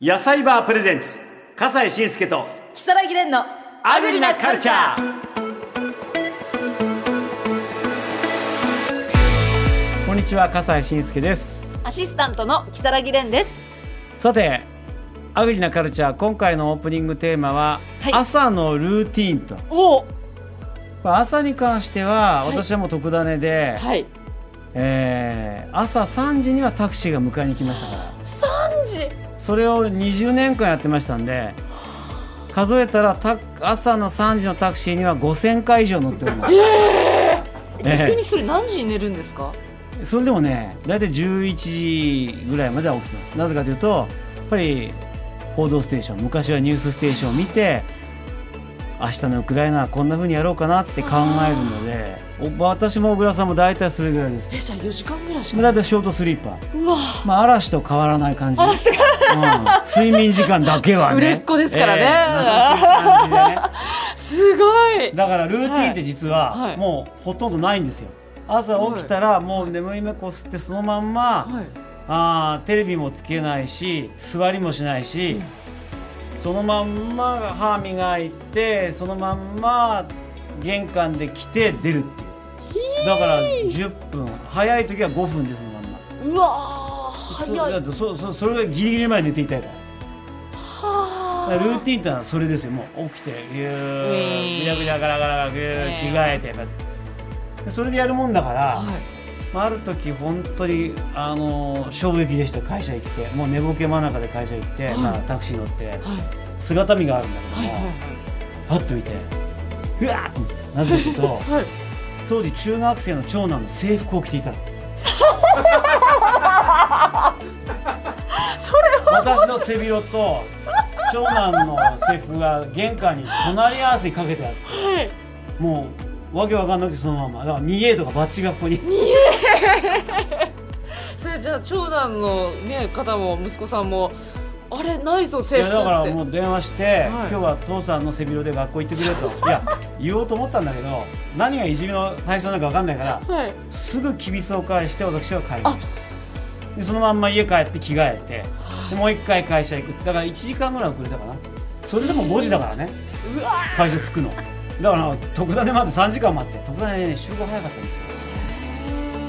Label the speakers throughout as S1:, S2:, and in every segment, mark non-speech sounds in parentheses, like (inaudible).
S1: 野菜バープレゼンツ笠西慎介と
S2: 木更木蓮の
S1: アグリなカルチャーこんにちは笠西慎介です
S2: アシスタントの木更木蓮です
S1: さてアグリなカルチャー今回のオープニングテーマは、
S2: はい
S1: 朝のルーティーンと
S2: おお
S1: まあ朝に関しては
S2: はい
S1: 私はもう特ダネで、
S2: はい
S1: えー朝3時にはタクシーが迎えに来ましたから
S2: 3時
S1: それを20年間やってましたんで数えたらタク朝の3時のタクシーには5000回以上乗っておりますええ
S2: 逆にそれ何時に寝るんですか、
S1: それでもね大体11時ぐらいまでは起きてますなぜかというとやっぱり「報道ステーション」昔は「ニュースステーション」を見て明日のウクライナはこんな風にやろうかなって考えるのでお私も小倉さんも大体それぐらいです
S2: えじゃあ4時間ぐらいし
S1: まあ
S2: か
S1: 大体ショートスリーパー、
S2: うわ
S1: まあ、嵐と変わらない感じ
S2: 嵐
S1: う
S2: が
S1: ん睡眠時間だけはね
S2: 売れっ子ですからね
S1: ええなんていう感じでね
S2: すごい
S1: だからルーティーンって実
S2: はいは
S1: はいもうほとんどないんですよ朝起きたらもう眠い目こすってそのまんま、
S2: はい
S1: あーテレビもつけないし座りもしないし、そのまんま歯磨いてそのまんま玄関で来て出るっていうだから10分早い時は5分ですのまんま
S2: うわー
S1: そ
S2: 早い
S1: だってそそそれがギリギリまで寝ていたいから
S2: は
S1: だからルーティンってのはそれですよもう起きてぎゅ
S2: ウィ
S1: ー
S2: ーン
S1: ぐちゃぐちゃガラガラガラぐー
S2: ね
S1: 着替えてでそれでやるもんだから、
S2: はい
S1: まあ、ある時本当にあの衝撃でした会社行ってもう寝ぼけ真中で会社行って、
S2: はい
S1: まあ、タクシー乗って
S2: はい
S1: 姿見があるんだけど
S2: はい
S1: も、
S2: はい
S1: パッと見てうわーって思ったなぜかというと
S2: はいはい
S1: 当時中学生の長男の制服を着てい
S2: (laughs)
S1: たの
S2: それは
S1: 私の背広と長男の制服が玄関に隣り合わせにかけてあって
S2: はい
S1: もうわけわかんなくてそのままだから 2A とかバッチがここに
S2: それじゃあ長男のね方も息子さんもあれないぞ
S1: い
S2: 制服
S1: やだから
S2: って
S1: もう電話して、
S2: は
S1: 今
S2: い
S1: 日は父さんの背広で学校行ってくれといや言おうと思ったんだけど何がいじめの対象なのか分かんないから
S2: はい
S1: すぐきびすを返して私は帰りましたでそのまんま家帰って着替えてでもう一回会社行くだから1時間ぐらい遅れたかなそれでも5時だからね
S2: うわ
S1: 会社着くのだから特ダネまで3時間待って特ダネね集合早かったんですよ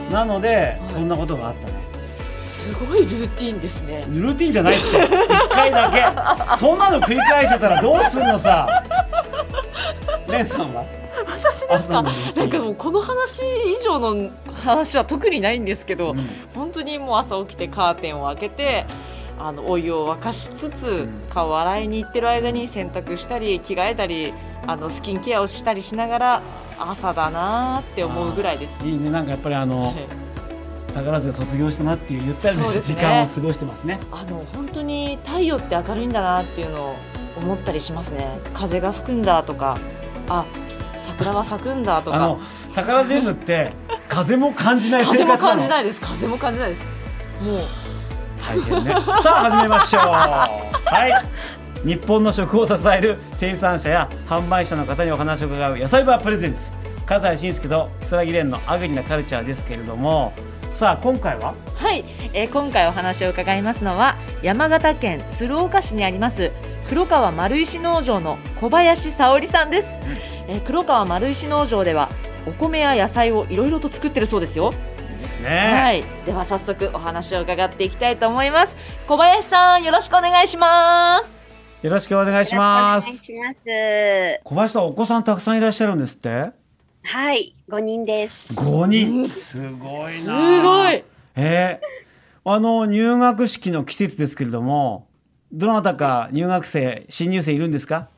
S1: なので
S2: はい
S1: そんなことがあったね
S2: すごいルーティンですね
S1: ルーティンじゃないって1回だ
S2: (laughs)
S1: けそんなの繰り返してたらどうすんのさレンさんは
S2: 私です
S1: 朝
S2: か
S1: のルーティ
S2: な
S1: ン
S2: んかもうこの話以上の話は特にないんですけど、
S1: うん
S2: 本当にもう朝起きてカーテンを開けてあのお湯を沸かしつつ、
S1: ん
S2: 顔を洗いに行ってる間に洗濯したり着替えたりあのスキンケアをしたりしながら朝だなーって思うぐらいです。
S1: いいねなんかやっぱりあの
S2: はい
S1: 宝塚卒業したなっていうゆったりとし
S2: そう
S1: た
S2: です
S1: 時
S2: ね
S1: 間を過ごしてますね
S2: あの本当に太陽って明るいんだなっていうのを思ったりしますね風が吹くんだとかあ桜は咲くんだと
S1: あの
S2: か
S1: 宝ジェンヌ
S2: (laughs)
S1: って風も感じない生
S2: 風
S1: 活なの
S2: も感じないです風も感じないですもう
S1: 大変ねさあ始めま
S2: (laughs)
S1: しょうはい日本の食を支える生産者や販売者の方にお話を伺う野菜バープレゼンツ笠西慎介と如月蓮のアグリなカルチャーですけれどもさあ今回は
S2: はい、えー今回お話を伺いますのは山形県鶴岡市にあります黒川丸石農場の小林沙織さんです、えー黒川丸石農場ではお米や野菜をいろいろと作ってるそうですよ、
S1: ですね、
S2: はい、では早速お話を伺っていきたいと思います小林さんよろしくお願いします
S1: よろしくお願いします
S3: よろしくお願いします。
S1: 小林さんお子さんたくさんいらっしゃるんですって
S3: はい、五人です。
S1: 5人すごいな
S2: すごい
S1: えーあの入学式の季節ですけれどもどなたか入学生新入生いるんですか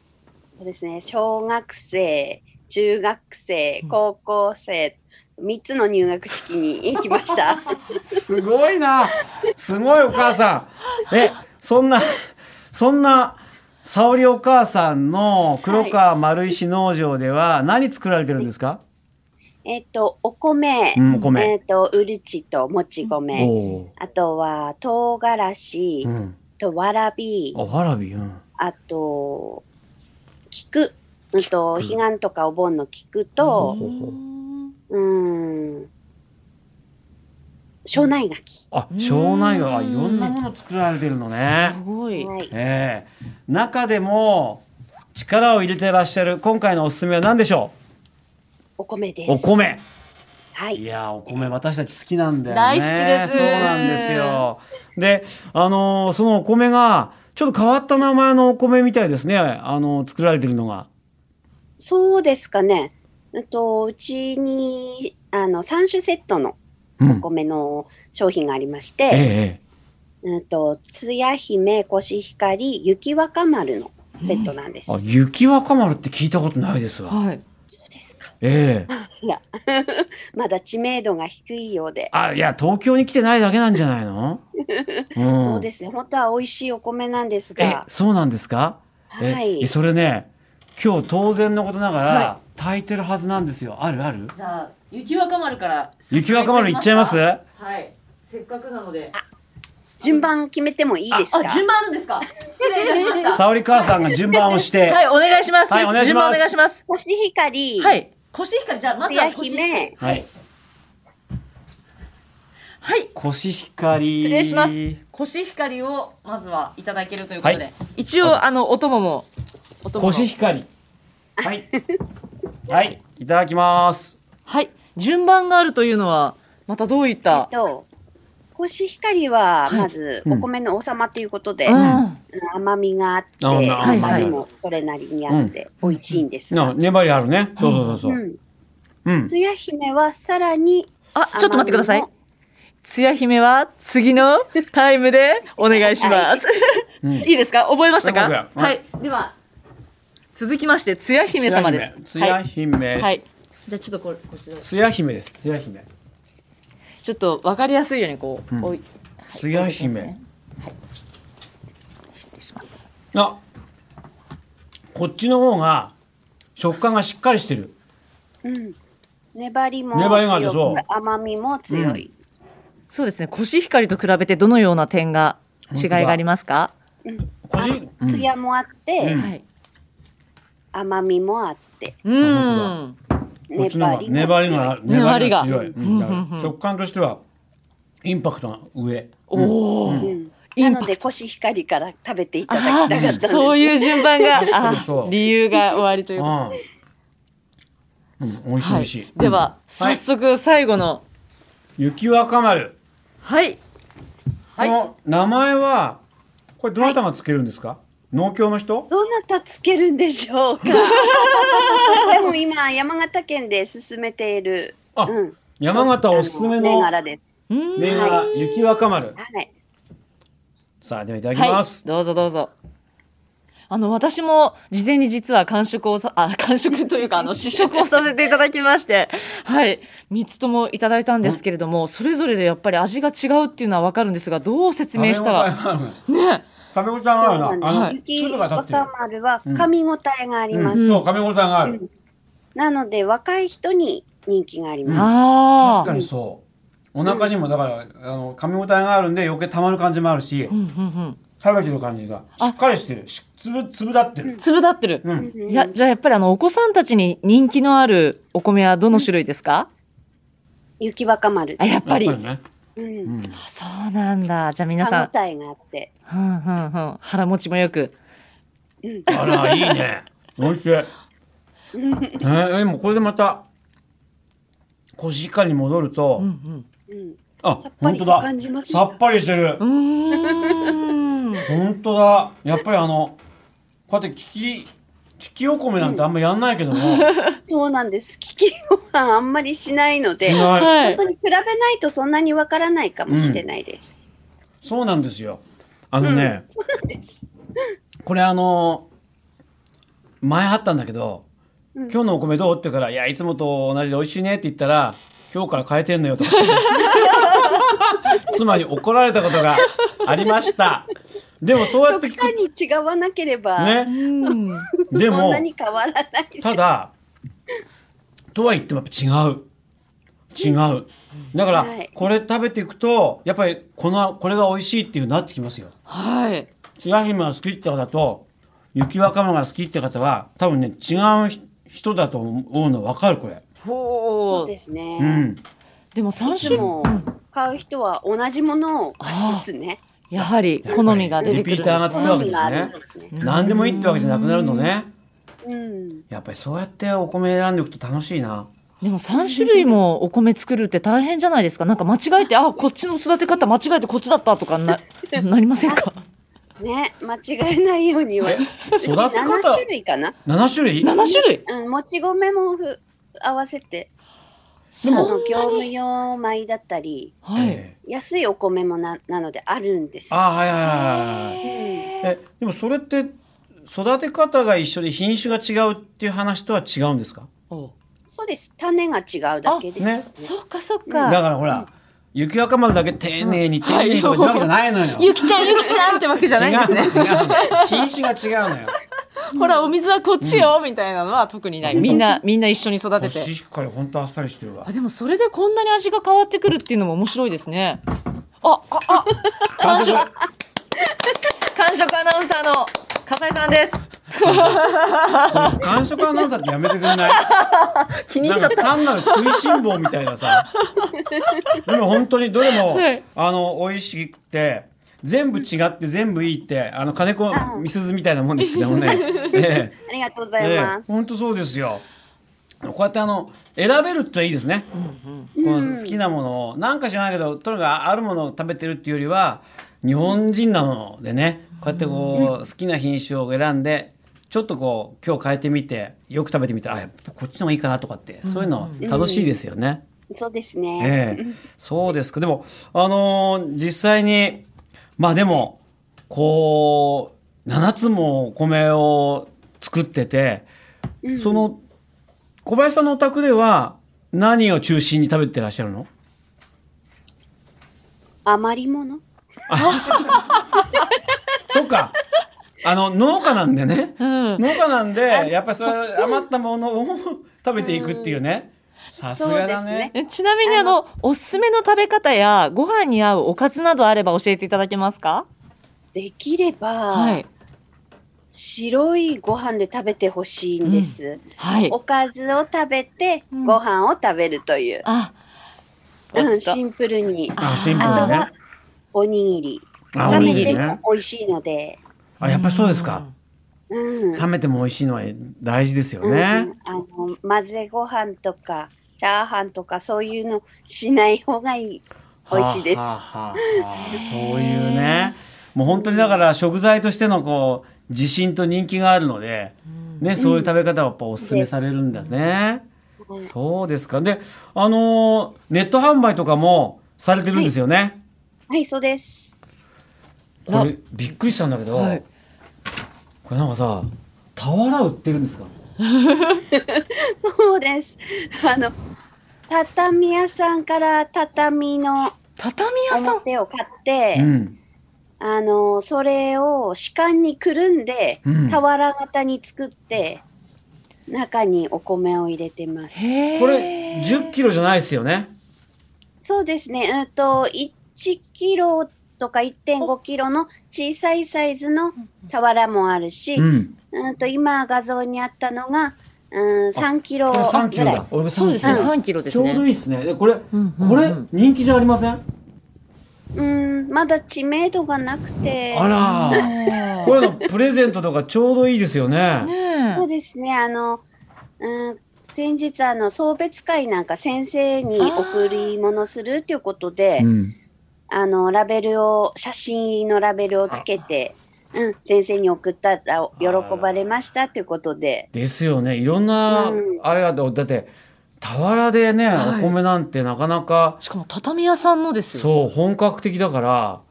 S3: そうですね。小学生、中学生、高校生、三つの入学式に行きま
S1: (laughs)
S3: した。
S1: すごいな。すごいお母さん。え、そんな、そんな、沙織お母さんの黒川丸石農場では何作られてるんですか、
S3: えっとお米、
S1: うん、お
S3: え
S1: 米。
S3: っとうるちともち
S1: お
S3: 米、
S1: ー
S3: あとは唐辛子、
S1: うん。
S3: とわらび
S1: あ、、わらび。うん。
S3: あと菊、うんと
S1: 菊
S3: 彼岸とかお盆の菊と、
S1: ほほ
S3: うん。庄内柿。
S1: あ、庄内川、
S2: う
S1: い
S2: ん
S1: ろんなもの作られてるのね。
S2: すごい。
S3: はい。
S1: ええ中でも力を入れてらっしゃる今回のおすすめは何でしょ
S3: お米で
S1: う？お
S3: す。
S1: 米。
S3: はいい。
S1: やーお米私たち好きなんだよね。
S2: 大好きです
S1: そうなんですよ。で、あのーそのお米がちょっと変わった名前のお米みたいですね。あのー作られてるのが。
S3: そうですかね。えっとうちにあの三種セットの
S1: うん。
S3: お米の商品がありまして、
S1: ええ
S3: うんと、つや姫、コシヒカリ、雪若丸のセットなんです。
S1: ええあ雪若丸って聞いたことないですわ。
S2: はい。
S3: そうですか。
S1: ええ
S3: いや、まだ知名度が低いようで。
S1: あいや東京に来てないだけなんじゃない
S3: (laughs)
S1: の？うん
S3: そうですね。本当は美味しいお米なんです
S1: え
S3: が、
S1: そうなんですか？え
S3: はい
S1: え。それね今日当然のことながら、
S2: は
S1: 炊いてるはずなんですよあるある
S2: じゃあ雪若丸から。
S1: 雪若丸いっちゃいます
S2: は。
S1: はい
S2: せっかくなので。
S3: 順番決めてもいいですか
S2: あ、順番あるんですか。失礼いたしました。
S1: 沙織母さんが順番をして、
S2: (laughs) はい、お願いします。
S1: はいお願いします
S2: 順番お願いします。
S3: コシヒカリ、
S2: はい。コシヒカリ、じゃあ、まずはコシヒカ
S3: つや
S2: リ
S3: 姫。
S1: はい。
S2: はい。
S1: コシヒカリ
S2: 失礼します。コシヒカリを、まずはいただけるということで。
S1: はい
S2: 一応、あの、お供も。お供も
S1: コシヒカリはいはいいただきます
S2: はい。順番があるというのは、またどういった。
S3: と、コシヒカリは、
S2: はい
S3: まず、
S1: うん
S3: お米の王様ということで、
S2: うん
S3: 甘みがあって、
S1: あなるほど
S3: 甘
S2: はい
S3: み
S2: はい
S3: もそれなりにあって、美味しいんですが
S1: な粘りあるねそうそうそうそうう、
S3: ん。
S1: うん、
S3: つや姫はさらに、
S2: あ、ちょっと待ってください
S3: 甘み。
S2: つや姫は次のタイムでお願いします。
S1: うん
S2: いいですか覚えました
S1: 覚え
S2: か
S1: た
S2: はい。では、続きまして、つや姫様です。
S1: つや
S2: はい
S1: 姫つや姫、
S2: はい。じゃあちょっとこれ、こちら。
S1: つや姫ですつや姫
S2: ちょっとわかりやすいようにこう、
S1: うん
S2: おい
S1: つや姫、
S2: はい失礼します
S1: あこっちの方が食感がしっかりしてる
S3: うん。粘りも
S1: 粘りがあってそう
S3: 強く甘みも強い。
S2: そうですねコシヒカリと比べてどのような点が違いがありますか
S1: コシうん
S3: ツヤもあって、
S1: うん
S2: はい
S3: 甘みもあって、
S2: うん
S1: こっちの
S3: 粘
S1: 方が
S3: りも
S1: 粘りが
S2: 粘りが
S1: 強い、
S2: うん
S1: だから
S2: うんうん
S1: 食感としてはインパクトが上
S2: おお、
S3: うん
S2: イ
S3: な
S2: ン
S3: の
S2: パ
S3: で
S2: クト
S3: コシヒカリから食べていただき
S2: あ
S3: たかった
S2: ーそういう順番が
S1: (laughs)
S2: あ
S1: そう、
S2: 理由が終わりといううんは
S1: うん、美味しい美味しい、
S2: では
S1: は
S2: 早
S1: い
S2: 速最後の
S1: 雪若丸、
S2: はいはい、
S1: この名前はこれどなたがつけるんですか、農協の人
S3: どなたつけるんでしょ
S2: (laughs)
S3: うかでも今山形県で進めている、
S1: あ
S3: うん、
S1: 山形おすすめ
S3: あ銘
S1: の
S3: 柄です
S2: う
S1: 銘
S2: ん
S1: 柄雪若丸
S3: はい
S1: さあではいただき
S2: は
S1: ま
S2: い
S1: す、
S2: どうぞどうぞあの私も事前に実は完食をさあ完食というかあの試食をさせていただきましてはい3つともいただいたんですけれどもそれぞれでやっぱり味が違うっていうのは分かるんですがどう説明したら
S1: 食べ応えがある
S2: ね
S1: 食べ応えがあるなあの、
S2: はい
S3: 雪
S1: 粒が立ってる
S3: 若丸は噛み応えがあります、
S1: うん、そう噛み応えがある、
S3: なので若い人に人気があり
S2: あ
S3: ま
S1: 確か
S2: あ
S1: にそうお腹にもだから、あの噛み応えがあるんで余計たまる感じもあるし、
S2: うんうん
S1: 食べてる感じがしっかりしてるし粒粒だって
S2: う
S1: る
S2: ん、粒立ってる、
S1: うん、
S3: す、うん
S2: いやじゃあやっぱりあのお子さんたちに人気のあるお米はどの種類ですか、
S3: 雪若丸
S2: あ、やっぱり
S1: やっね、
S3: うん、
S1: うん、
S2: あそうなんだじゃあ皆さ
S3: 歯
S2: ん
S3: 応えがあって、
S2: ふんふんふん腹持ちもよく
S3: うん
S1: あらいいね美味しいえー、でもこれでまたコシヒカリに戻ると、
S2: うんうん
S3: うん、
S1: あ
S3: さっぱ
S1: 本
S3: り
S1: 当
S3: と
S1: だ
S3: 感じます
S1: さっぱりしてる (laughs)
S2: うーん
S1: 本当だやっぱりあのこうやって聞き聞きお米なんてあんまやんないけど
S2: (laughs)
S1: も、
S3: そうなんです聞きご飯あんまりしないので
S1: しない
S2: は
S3: 本
S2: い
S3: 当。に比べないとそんなにわからないかもしれないです。
S1: そうなんですよ。あのね、これあの前あったんだけど、
S3: うん
S1: 今日のお米どうって言うから、いやいつもと同じで美味しいねって言ったら、今日から変えてんのよと
S3: (laughs)
S1: か。妻に怒られたことがありました。でもそうやって
S3: 極
S1: 聞く
S3: 端に違わなければ、
S2: う
S1: ね、
S2: ん
S1: で
S3: そん
S1: も
S3: なに変わらない。
S1: ただとは言ってもやっぱ違う。違うだから、
S3: はい
S1: これ食べていくとやっぱりこのこれが美味しいっていうなってきますよ。
S2: はい。
S1: つや姫が好きって方と雪若丸が好きって方は多分ね違うひ人だと思うの分かるこれ
S2: ほ
S3: そう
S2: う。
S3: ですね。
S1: うん
S2: でも三
S3: いつ
S2: 種類。
S3: も買う人は同じものを買いつつね。
S2: やはり好みが出てくるんです
S1: やっぱりリピーターがつくわけ
S3: 好みがあるんですね。
S2: うん
S1: 何でもいいってわけじゃなくなるのね
S3: うん。
S1: やっぱりそうやってお米選んでおくと楽しいな
S2: でも3種類もお米作るって大変じゃないですかなんか間違えてあこっちの育て方間違えてこっちだったとか (laughs) ななりませんか
S3: ね、間違えないようには。
S1: 育て方
S3: 7種類かな。
S1: 7種類
S2: 7種類
S3: うん、もち米もふ合わせて、
S2: で
S3: あの業務用米だったり、
S2: はい、
S1: ええ
S3: 安いお米もななのであるんです。
S1: あーはいはいはいはい
S3: うん、
S1: えでもそれって育て方が一緒で品種が違うっていう話とは違うんですか
S2: お
S3: そうです。種が違うだけです、
S1: あね
S2: そうかそう
S1: だ
S2: か
S1: からほら、雪若丸だけ丁寧に丁寧にとか言うわけじゃないのよ、違
S2: ゆきちゃんゆきちゃんってわけじゃないんです
S1: う
S2: ね
S1: の違うの品種が違うのよ
S2: ほらお水はこっちよ、みたいなのは特にないみんなみんな一緒に育て
S1: コシ
S2: て
S1: しっかり本当あっさりしてるわ
S2: あでもそれでこんなに味が変わってくるっていうのも面白いですねあああ
S1: 完食
S2: 完食アナウンサーの笠井さんです
S1: その完食アナウンサーってやめてくれ
S2: (laughs)
S1: ない
S2: 気に入
S1: な
S2: っ
S1: ん
S2: ちゃ
S1: か
S2: った
S1: 単なる食いしん坊みたいな
S2: (laughs)
S1: さでも本当にどれも、
S2: はい
S1: あの美味しくて全部違って全部いいってあの金子
S3: うん
S1: みすずみたいなもんですけども
S2: (laughs)
S1: ねえ
S3: ありがとうご
S1: え
S3: ざいます。
S1: 本当そうですよこうやってあの選べるっていいですね、この好きなものをなんか知らないけどとにかくあるものを食べてるっていうよりは日本人なのでねこうやってこう好きな品種を選んでちょっとこう今日変えてみてよく食べてみてあやっぱこっちの方がいいかなとかってそういうの楽しいですよね。
S3: そうですね。
S1: ええそうですかでもあのー実際にまあでもこう7つもお米を作ってて、その小林さんのお宅では何を中心に食べてらっしゃるの
S3: 余り物。
S1: そっかあの農家なんでね、
S2: うん
S1: 農家なんでやっぱりそれ余ったものを食べていくっていうね、さすがだね
S2: えちなみにあのおすすめの食べ方やご飯に合うおかずなどあれば教えていただけますか
S3: できれば、
S2: はい
S3: 白いご飯で食べてほしいんです。
S2: はい
S3: おかずを食べて、
S2: うん
S3: ご飯を食べるという、
S2: あ
S3: うん
S2: おつと
S3: シンプルに
S1: あシンプル
S3: あと
S1: ね
S3: はおにぎり
S1: あ
S3: 冷
S1: おに
S3: め
S1: ぎ
S3: て
S1: り
S3: も
S1: ね
S3: 美味しいので、
S1: あやっぱりそうですか、
S3: うん
S1: 冷めても美味しいのは大事ですよ
S3: うん
S1: ね。
S3: あの混ぜご飯とかチャーハンとかそういうのしない方がいい美味しいです。
S1: はあはあはあそういうね。もう本当にだから食材としてのこう自信と人気があるので、ね、そういう食べ方はやっぱおすすめされるんだね。
S3: うん
S1: そうですか。で、あのーネット販売とかもされてるんですよね。
S3: はい、そうです。 (laughs)
S2: は
S1: こ
S2: い
S1: れびっくりしたんだけど、
S2: はい
S1: これなんかさ、俵売ってるんですか。
S3: そうです。あの畳屋さんから畳の
S2: 畳屋さん
S3: 表を買って、
S1: うん。
S3: あのそれを歯間にくるんで、
S1: うん
S3: 俵型に作って中にお米を入れてます。
S2: へー
S1: これ10キロじゃないですよね。
S3: そうですね。うんと1キロとか1.5キロの小さいサイズの俵もあるし、
S1: う
S3: うん、
S1: ん。
S3: と今画像にあったのが、うん、3キロ
S1: こ
S3: ぐ
S1: れ
S3: ら
S1: 3
S3: い。
S1: キロだ。俺これ3キロ
S2: そうですね
S3: うん
S2: 3キロです
S1: ち
S2: ね
S1: ょうどいいですね。でこれ、
S2: うんうんうん
S1: これ人気じゃありません。
S3: うん、まだ知名度がなくて。
S1: あら、
S2: あー
S1: こういうのプレゼントとかちょうどいいですよね。
S2: ね
S3: そうですね。あの、うん、先日あの送別会なんか先生に贈り物するということで、
S1: うん、
S3: あのラベルを写真入りのラベルをつけて、うん、先生に送ったら喜ばれましたということで、
S1: ですよね。いろんな、
S3: うん
S1: あれがだって俵でね、
S2: はい
S1: お米なんてなかなか
S2: えしかも畳屋さんのですよ
S1: そう本格的だから、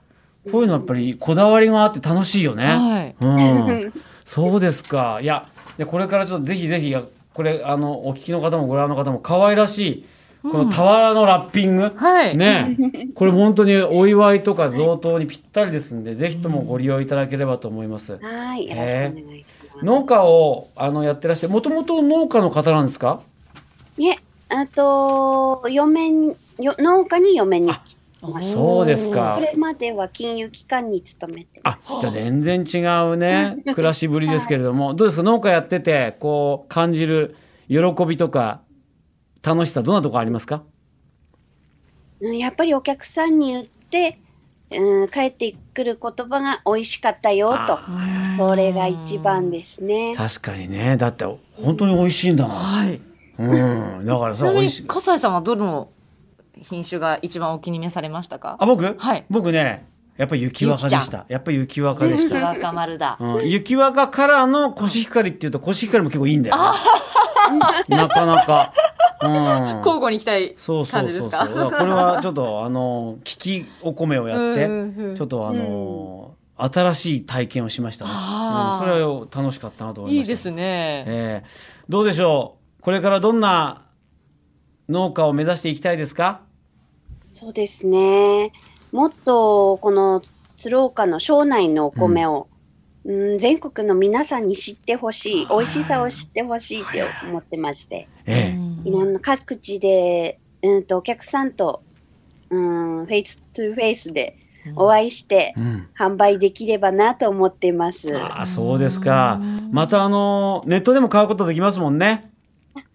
S1: こういうのやっぱりこだわりがあって楽しいよね。
S2: はい (laughs)
S1: うん、そうですか。いや、でこれからちょっとぜひぜひいやこれあのお聞きの方もご覧の方も可愛らしいこの俵のラッピング。
S2: はい
S1: ねえこれ本当にお祝いとか贈答にぴったりですんで、ぜひともご利用いただければと思います。
S3: はい、よろしくお願いします。
S1: 農家をあのやってらっしゃる、もともと農家の方なんですか。
S3: いえ、あと嫁によ農家に嫁に来ました。
S1: そうですか
S3: こ。れまでは金融機関に勤めてま
S1: あ、じゃあ全然違う
S2: (laughs)
S1: ね、暮らしぶりですけれども、どうですか、農家やってて、こう感じる喜びとか。楽しさ、どんなとこありますか。
S3: すうんやっぱりお客さんに言って、うん、帰ってくる言葉が美味しかったよと。
S1: あ
S3: それが一番ですね
S1: ー。確かにねだって本当に美味しいんだも
S2: は
S1: ん、
S2: い。
S1: うん、だから
S2: ち
S1: さ
S2: な
S1: 美
S2: みに
S1: 味しい
S2: 笠井さんはどの品種が一番お気に召されましたか？
S1: あ僕
S2: はい。
S1: 僕ねやっぱ雪若でしたやっぱ雪若でし
S2: 雪 (laughs)
S1: た、
S2: 若丸だ。
S1: うん、雪若からのコシヒカリっていうとコシヒカリも結構いいんだよ、ね、 (laughs) なかなか、うん、
S2: 交互に行きたい。
S1: そうそうそうそう。だ
S2: 感
S1: か
S2: じですから
S1: これはちょっとあの聞きお米をやって、ちょっ
S2: っ
S1: とあの、新しい体験をしましたね。うん、それは楽しかったなと思い
S2: い
S1: ま
S2: い
S1: した。
S2: ですね。
S1: ええどうでしょう。これからどんな農家を目指していきたいですか。
S3: そうですね。もっとこの鶴岡の庄内のお米を、うん全国の皆さんに知ってほしい、美味しさを知ってほしいって思ってまして、
S1: え
S3: いろんな各地で、うんとお客さんと、うん、フェイストゥフェイスでお
S2: い
S3: 会いして
S1: えうん。
S3: 販売できればなと思ってます。
S1: ああそうですか。またあのネットでも買うことできますもんね。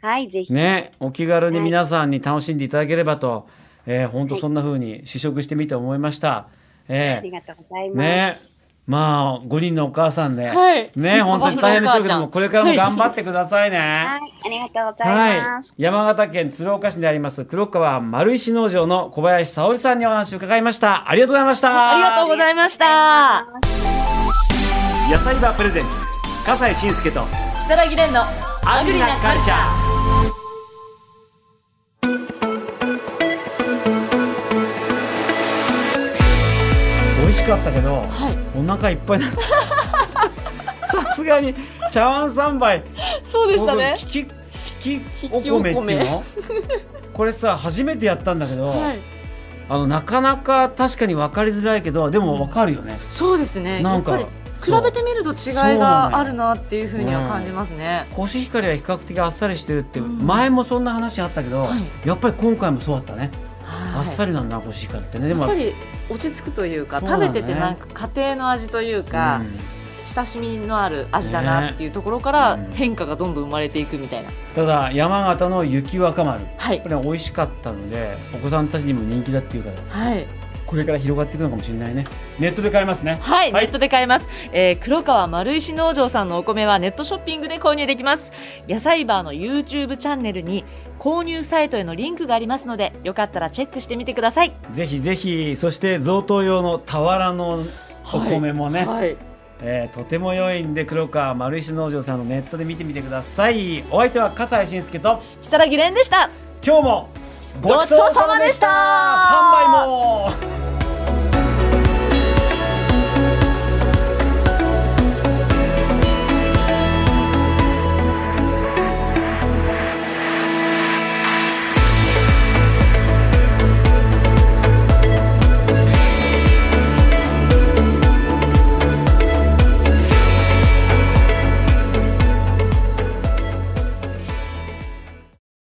S3: はい、ぜひ。
S1: ねお気軽に皆さんに楽しんでいただければと、ええ本当そんな風に試食してみて思いました。ええ
S3: ありがとうございます。
S1: ねまあ5人のお母さんで、
S2: はい (laughs)
S1: ね本当に大変でしょうけども
S2: お
S1: これからも頑張ってください
S3: は
S1: ね。
S3: い、ありがとうござい
S1: は
S3: ま
S1: い
S3: す。、
S1: 山形県鶴岡市にあります黒川丸石農場の小林沙織さんにお話を伺いましたありがとうございました
S2: ありがとうございました。
S1: 野菜バープレゼンツ笠西慎介と
S2: 木更木蓮のアグリなカルチャー。
S1: 美味しかったけど、
S2: はい
S1: お腹いっぱいになった (laughs) さすがに茶碗三杯
S2: そうでしたね
S1: 僕。聞き聞きお米っていうのこれさ初めてやったんだけど、
S2: はい。
S1: あのなかなか確かに分かりづらいけどでも分かるよね、
S2: そうですね。
S1: な
S2: や
S1: ん
S2: っ
S1: か
S2: ぱり比べてみると違いがあるなっていうふうには感じますね。
S1: コシヒカリは比較的あっさりしてるって、
S2: うん
S1: 前もそんな話あったけど、
S2: はい
S1: やっぱり今回もそうだったね、あ
S2: あ
S1: っさりなんだなコシヒカリってねで
S2: やっ
S1: も
S2: ぱり落ち着くというか
S1: そうだ
S2: 食
S1: ね
S2: べててなんか家庭の味というか、
S1: うん
S2: 親しみのある味だなっていうところから
S1: ねうん
S2: 変化がどんどん生まれていくみたいな、
S1: ただ山形の雪若丸
S2: はい
S1: これは美味しかったのでお子さんたちにも人気だっていうから
S2: はい、
S1: これから広がっていくのかもしれないねネットで買えますね
S2: はい、ネ
S1: はい
S2: ットで買えます、えー黒川丸石農場さんのお米はネットショッピングで購入できます野菜バーの YouTube チャンネルに購入サイトへのリンクがありますのでよかったらチェックしてみてください
S1: ぜひぜひそして贈答用の俵のお米もね、
S2: はい、
S1: えーとても良いんで黒川丸石農場さんのネットで見てみてくださいお相手は笠西慎介と
S2: 木更木蓮でした
S1: 今日もごちそうさまでした
S2: ごちそうさまでし
S1: 3
S2: た
S1: 杯も